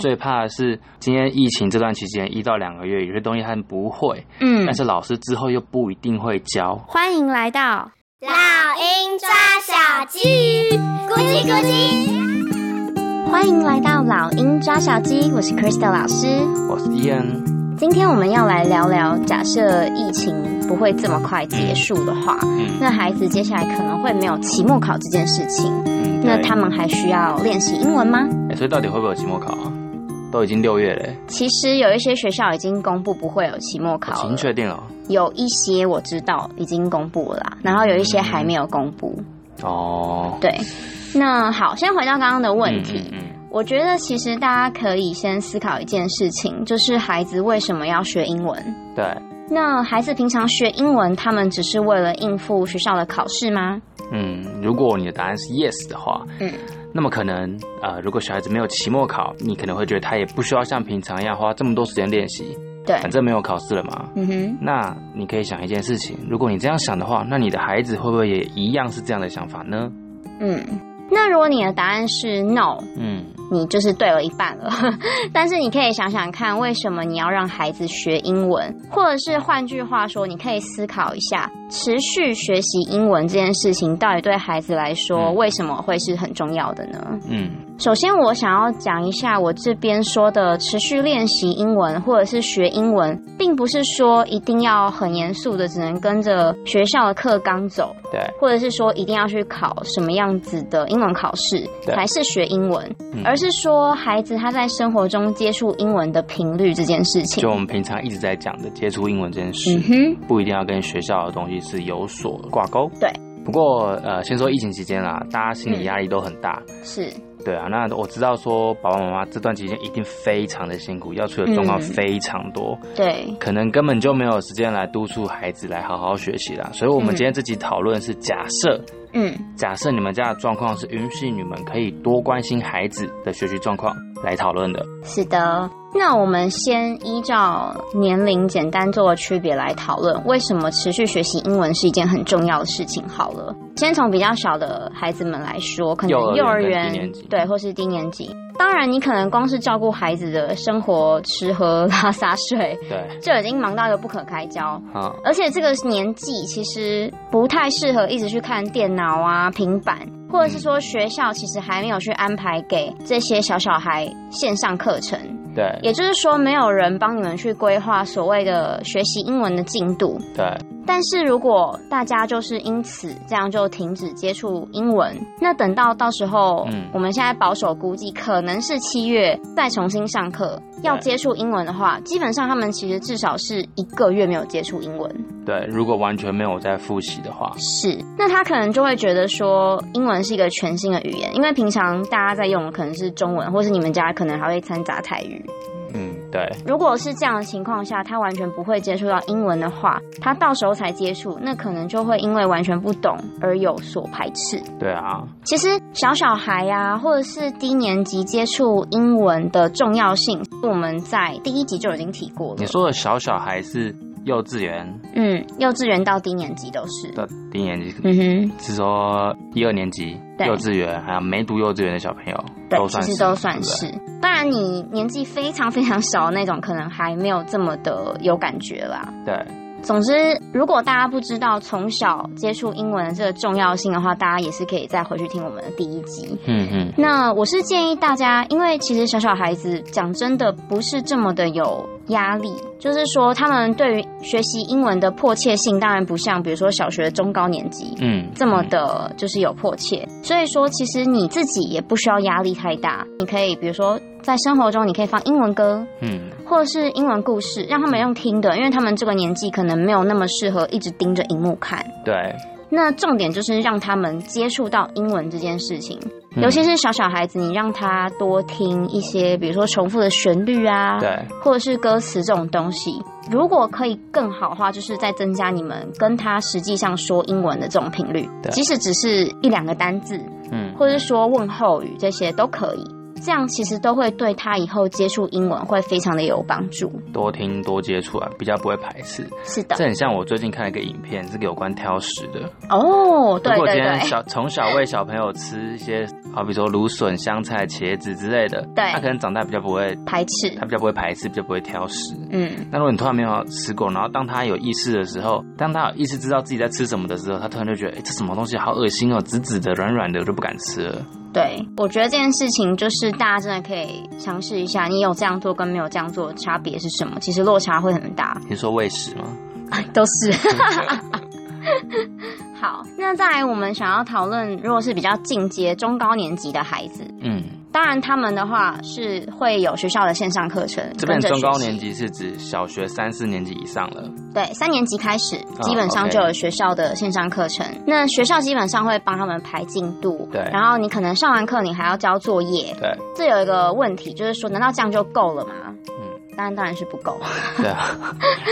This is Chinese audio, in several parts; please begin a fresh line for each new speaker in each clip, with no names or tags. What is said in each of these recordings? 最怕的是今天疫情这段期间一到两个月，有些东西他们不会，
嗯
但，是老师之后又不一定会教。
欢迎来到
老鹰抓小鸡，咕叽咕叽。
欢迎来到老鹰抓小鸡，我是 Crystal 老师。
我是伊恩，
今天我们要来聊聊，假设疫情不会这么快结束的话，
嗯
那孩子接下来可能会没有期末考这件事情，
嗯，
那
对
他们还需要练习英文吗？
欸所以到底会不会有期末考啊？都已经六月了欸，
其实有一些学校已经公布不会有期末
我
考
已经
了，
确定了。
有一些我知道已经公布了啦，然后有一些还没有公布。
哦，
对，那好，先回到刚刚的问题。
嗯嗯
我觉得其实大家可以先思考一件事情，就是孩子为什么要学英文？
嗯对，
那孩子平常学英文，他们只是为了应付学校的考试吗？
嗯，如果你的答案是 yes 的话，
嗯，
那么可能呃，如果小孩子没有期末考，你可能会觉得他也不需要像平常一样花这么多时间练习，
对，
反正没有考试了嘛。
嗯哼，
那你可以想一件事情，如果你这样想的话，那你的孩子会不会也一样是这样的想法呢？
嗯。那如果你的答案是 no，
嗯，
你就是对了一半了。 但是你可以想想看，为什么你要让孩子学英文，或者是换句话说，你可以思考一下，持续学习英文这件事情到底对孩子来说
嗯
为什么会是很重要的呢？
嗯
首先，我想要讲一下，我这边说的持续练习英文或者是学英文，并不是说一定要很严肃的，只能跟着学校的课纲走，
对，
或者是说一定要去考什么样子的英文考试
对
才是学英文，
嗯
而是说孩子他在生活中接触英文的频率这件事情
就。我们平常一直在讲的接触英文这件事，
嗯哼，
不一定要跟学校的东西是有所挂钩。
对。
不过呃，先说疫情期间啦，大家心理压力都很大。
是
对啊，那我知道说爸爸妈妈这段期间一定非常的辛苦，要处理的状况
嗯
非常多。
对，
可能根本就没有时间来督促孩子来好好学习啦。所以，我们
嗯
今天这集讨论是假设，
嗯
假设你们家的状况是允许你们可以多关心孩子的学习状况来讨论的。
是的，那我们先依照年龄简单做个区别来讨论，为什么持续学习英文是一件很重要的事情。好了，先从比较小的孩子们来说，可能
幼儿园
幼儿
跟低
园
年级
对，或是低年级。当然，你可能光是照顾孩子的生活、吃喝、拉撒睡，
对，
就已经忙到一个不可开交。
好，
而且这个年纪其实不太适合一直去看电脑啊、平板，或者是说学校其实还没有去安排给这些小小孩线上课程，
对
也就是说没有人帮你们去规划所谓的学习英文的进度。
对，
但是如果大家就是因此这样就停止接触英文，那等到到时候，
嗯
我们现在保守估计可能是七月再重新上课要
对
接触英文的话，基本上他们其实至少是一个月没有接触英文。
对。如果完全没有在复习的话，
是，那他可能就会觉得说，英文是一个全新的语言，因为平常大家在用的可能是中文，或是你们家可能还会掺杂泰语。
嗯，对，
如果是这样的情况下，他完全不会接触到英文的话，他到时候才接触，那可能就会因为完全不懂而有所排斥。
对啊，
其实小小孩呀、或者是低年级接触英文的重要性，我们在第一集就已经提过了
你。说的小小孩是幼稚园
嗯，幼稚园到低年级都是。
的低年级，
嗯哼，
是说一二年级、
对
幼稚园还有没读幼稚园的小朋友，
对，
都
其
算
实
是
都算
对不对
是。当然，你年纪非常非常小的那种，可能还没有这么的有感觉啦。
对。
总之，如果大家不知道从小接触英文的这个重要性的话，大家也是可以再回去听我们的第一集。
嗯嗯，
那我是建议大家，因为其实小小孩子讲真的不是这么的有压力，就是说他们对于学习英文的迫切性，当然不像比如说小学、中高年级，
嗯，
这么的，就是有迫切。所以说，其实你自己也不需要压力太大，你可以比如说在生活中，你可以放英文歌
嗯，
或者是英文故事，让他们用听的，因为他们这个年纪可能没有那么适合一直盯着荧幕看。
嗯，对，
那重点就是让他们接触到英文这件事情，
嗯
尤其是小小孩子，你让他多听一些，比如说重复的旋律啊，
嗯对，
或者是歌词这种东西，如果可以更好的话，就是再增加你们跟他实际上说英文的这种频率
对，啊
即使只是一两个单字，
嗯，
或者是说问候语这些都可以。这样其实都会对他以后接触英文会非常的有帮助。
多听多接触啊，比较不会排斥。
是的
这，很像我最近看了一个影片，是有关挑食的。
哦，对
如果
对
今天
对，
小从小喂小朋友吃一些，好比说芦笋、香菜、茄子之类的，
对
他可能长大比较不会，
排斥
他，比较不会排斥，比较不会挑食。
嗯，
那如果你突然没有吃过，然后当他有意识的时候，当他有意识知道自己在吃什么的时候，他突然就觉得，哎、这什么东西好恶心哦，紫紫的、软软的，我就不敢吃了。
对，我觉得这件事情就是大家真的可以尝试一下，你有这样做跟没有这样做的差别是什么？其实落差会很大，
你说喂食吗？
都是。
嗯
好，那再来我们想要讨论，如果是比较进阶中高年级的孩子，
嗯，
当然他们的话是会有学校的线上课程
这
跟着学习，
边中高年级是指小学三四年级以上了。
对，三年级开始，
哦
基本上
OK
就有学校的线上课程。那学校基本上会帮他们排进度，
对
然后你可能上完课，你还要交作业。
对
这有一个问题，就是说，难道这样就够了吗？
嗯
嗯，当然当然是不够。
对 啊，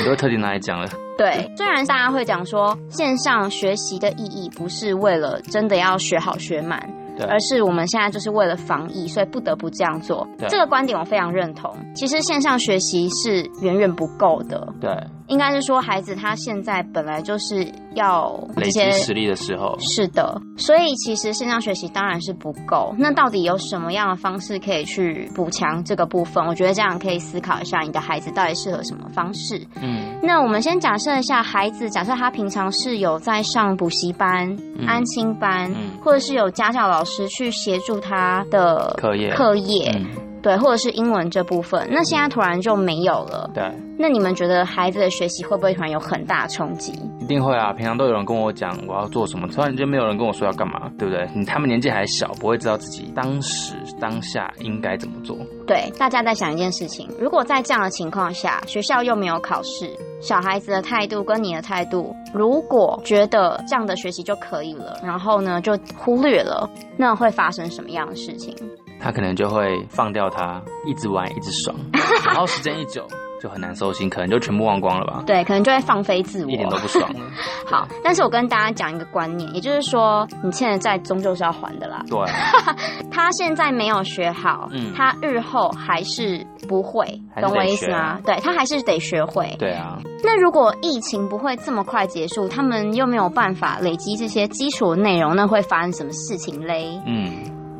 你都特地拿来讲了。
对，虽然大家会讲说，线上学习的意义不是为了真的要学好学满，
对
而是我们现在就是为了防疫，所以不得不这样做
对。
这个观点我非常认同。其实线上学习是远远不够的，
对，啊
应该是说孩子他现在本来就是要
累积
这些。
实力的时候，
是的，所以其实线上学习当然是不够。那到底有什么样的方式可以去补强这个部分？我觉得这样可以思考一下，你的孩子到底适合什么方式。
嗯，
那我们先假设一下，孩子假设他平常是有在上补习班、
嗯
安亲班，
嗯
或者是有家教老师去协助他的
课业
课业、
嗯，
对，或者是英文这部分。那现在突然就没有了，
对，
那你们觉得孩子的学习会不会突然有很大的冲击？
一定会啊。平常都有人跟我讲我要做什么，突然就没有人跟我说要干嘛，对不对？你他们年纪还小，不会知道自己当时当下应该怎么做。
对，大家在想一件事情：如果在这样的情况下，学校又没有考试，小孩子的态度跟你的态度，如果觉得这样的学习就可以了，然后呢就忽略了，那会发生什么样的事情？
他可能就会放掉它，一直玩一直 爽，然后时间一久就很难收心，可能就全部忘光了吧，
对，可能就会放飞自
一点都
我。
不爽了。
好，但是我跟大家讲一个观念，也就是说，你欠的债终究是要还的啦。
对，啊
他现在没有学好，
嗯
他日后还是不会，
还是
懂我
得
意思
学啊
吗？对他还是得学会。
对啊，
那如果疫情不会这么快结束，他们又没有办法累积这些基础内容，那会发生什么事情嘞？
嗯，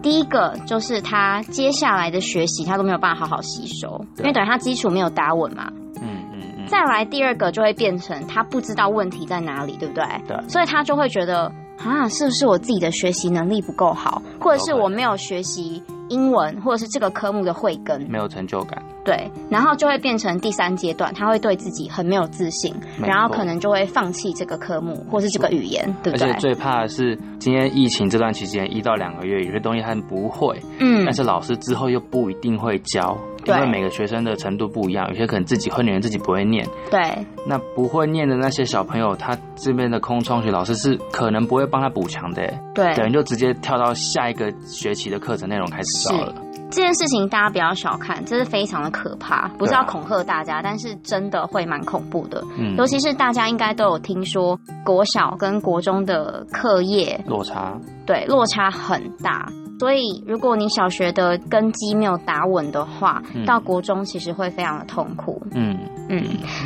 第一个就是他接下来的学习，他都没有办法好好吸收，
对啊
因为等于他基础没有打稳嘛。
嗯嗯嗯，
再来第二个就会变成他不知道问题在哪里，对不对？
对
所以他就会觉得啊，是不是我自己的学习能力不够好，或者是
有可能
我没有学习英文，或者是这个科目的慧根？
没有成就感，
对，然后就会变成第三阶段，他会对自己很没有自信，
没错
然后可能就会放弃这个科目或是这个语言，对
而
不
且
对？
最怕的是今天疫情这段期间一到两个月，有些东西他们不会，
嗯
但，是老师之后又不一定会教，因
对
为每个学生的程度不一样，有些可能自己会念，自己不会念。
对，
那不会念的那些小朋友，他这边的空窗期老师是可能不会帮他补强的，欸
对，
等于就直接跳到下一个学期的课程内容开始教了。
这件事情大家不要小看，这是非常的可怕，不是
对啊
要恐吓大家，但是真的会蛮恐怖的。
嗯，
尤其是大家应该都有听说，国小跟国中的课业
落差，
对落差很大，所以如果你小学的根基没有打稳的话，
嗯
到国中其实会非常的痛苦。
嗯，
嗯，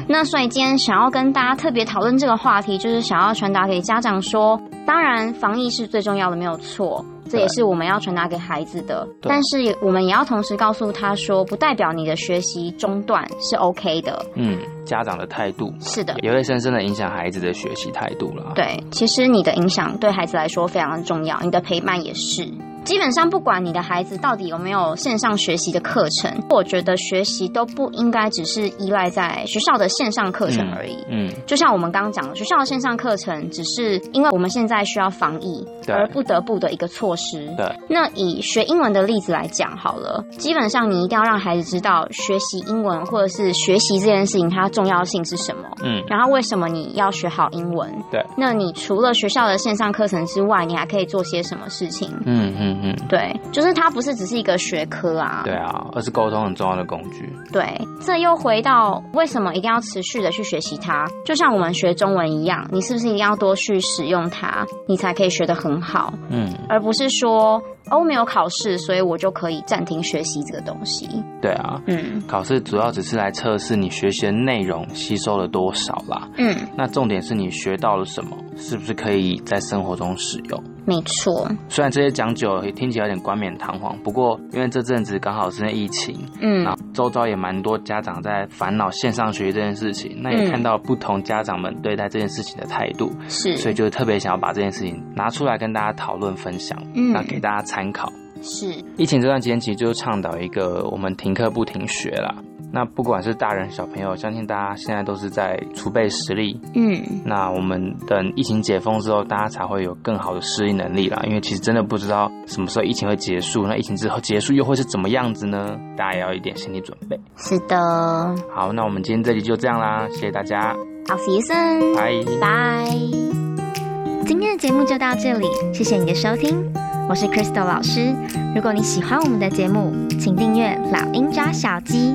那所以今天想要跟大家特别讨论这个话题，就是想要传达给家长说，当然防疫是最重要的，没有错，这也是我们要传达给孩子的。
对
但是也我们也要同时告诉他说，不代表你的学习中断是 OK 的。
嗯，家长的态度
是的，
也会深深的影响孩子的学习态度啦。
对，其实你的影响对孩子来说非常重要，你的陪伴也是。基本上，不管你的孩子到底有没有线上学习的课程，我觉得学习都不应该只是依赖在学校的线上课程而已。
嗯，
就像我们刚刚讲的，学校的线上课程只是因为我们现在需要防疫
对
而不得不的一个措施。
对，
那以学英文的例子来讲好了，基本上你一定要让孩子知道学习英文或者是学习这件事情它的重要性是什么，
嗯，
然后为什么你要学好英文。
对，
那你除了学校的线上课程之外，你还可以做些什么事情？
嗯嗯嗯，
对，就是它不是只是一个学科啊。
对啊，而是沟通很重要的工具。
对，这又回到为什么一定要持续的去学习它，就像我们学中文一样，你是不是一定要多去使用它，你才可以学得很好，
嗯，
而不是说哦，我没有考试，所以我就可以暂停学习这个东西。
对啊，
嗯
考试主要只是来测试你学习的内容吸收了多少啦。
嗯，
那重点是你学到了什么，是不是可以在生活中使用？
没错，
虽然这些讲久了听起来有点冠冕堂皇，不过因为这阵子刚好是那疫情，
嗯
然后周遭也蛮多家长在烦恼线上学习这件事情，那也
嗯
看到不同家长们对待这件事情的态度，所以
是
就特别想要把这件事情拿出来跟大家讨论分享，
嗯
那给大家参考。
是，
疫情这段期间，其实就是倡导一个我们停课不停学啦。那不管是大人小朋友，相信大家现在都是在储备实力。
嗯
那我们等疫情解封之后，大家才会有更好的适应能力啦。因为其实真的不知道什么时候疫情会结束，那疫情之后结束又会是怎么样子呢？大家也要一点心理准备。
是的。
好，那我们今天这集就这样啦，谢谢大家，
好，医生，
拜。
拜。
今天的节目就到这里，谢谢你的收听，我是 Crystal 老师。如果你喜欢我们的节目，请订阅《老鹰抓小鸡》，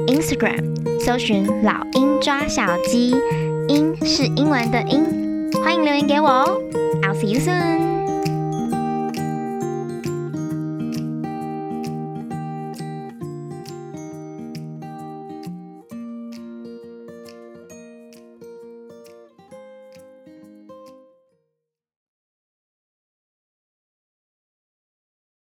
Instagram 搜寻“老鹰抓小鸡”，鹰是英文的鹰，欢迎留言给我哦。I'll see you soon.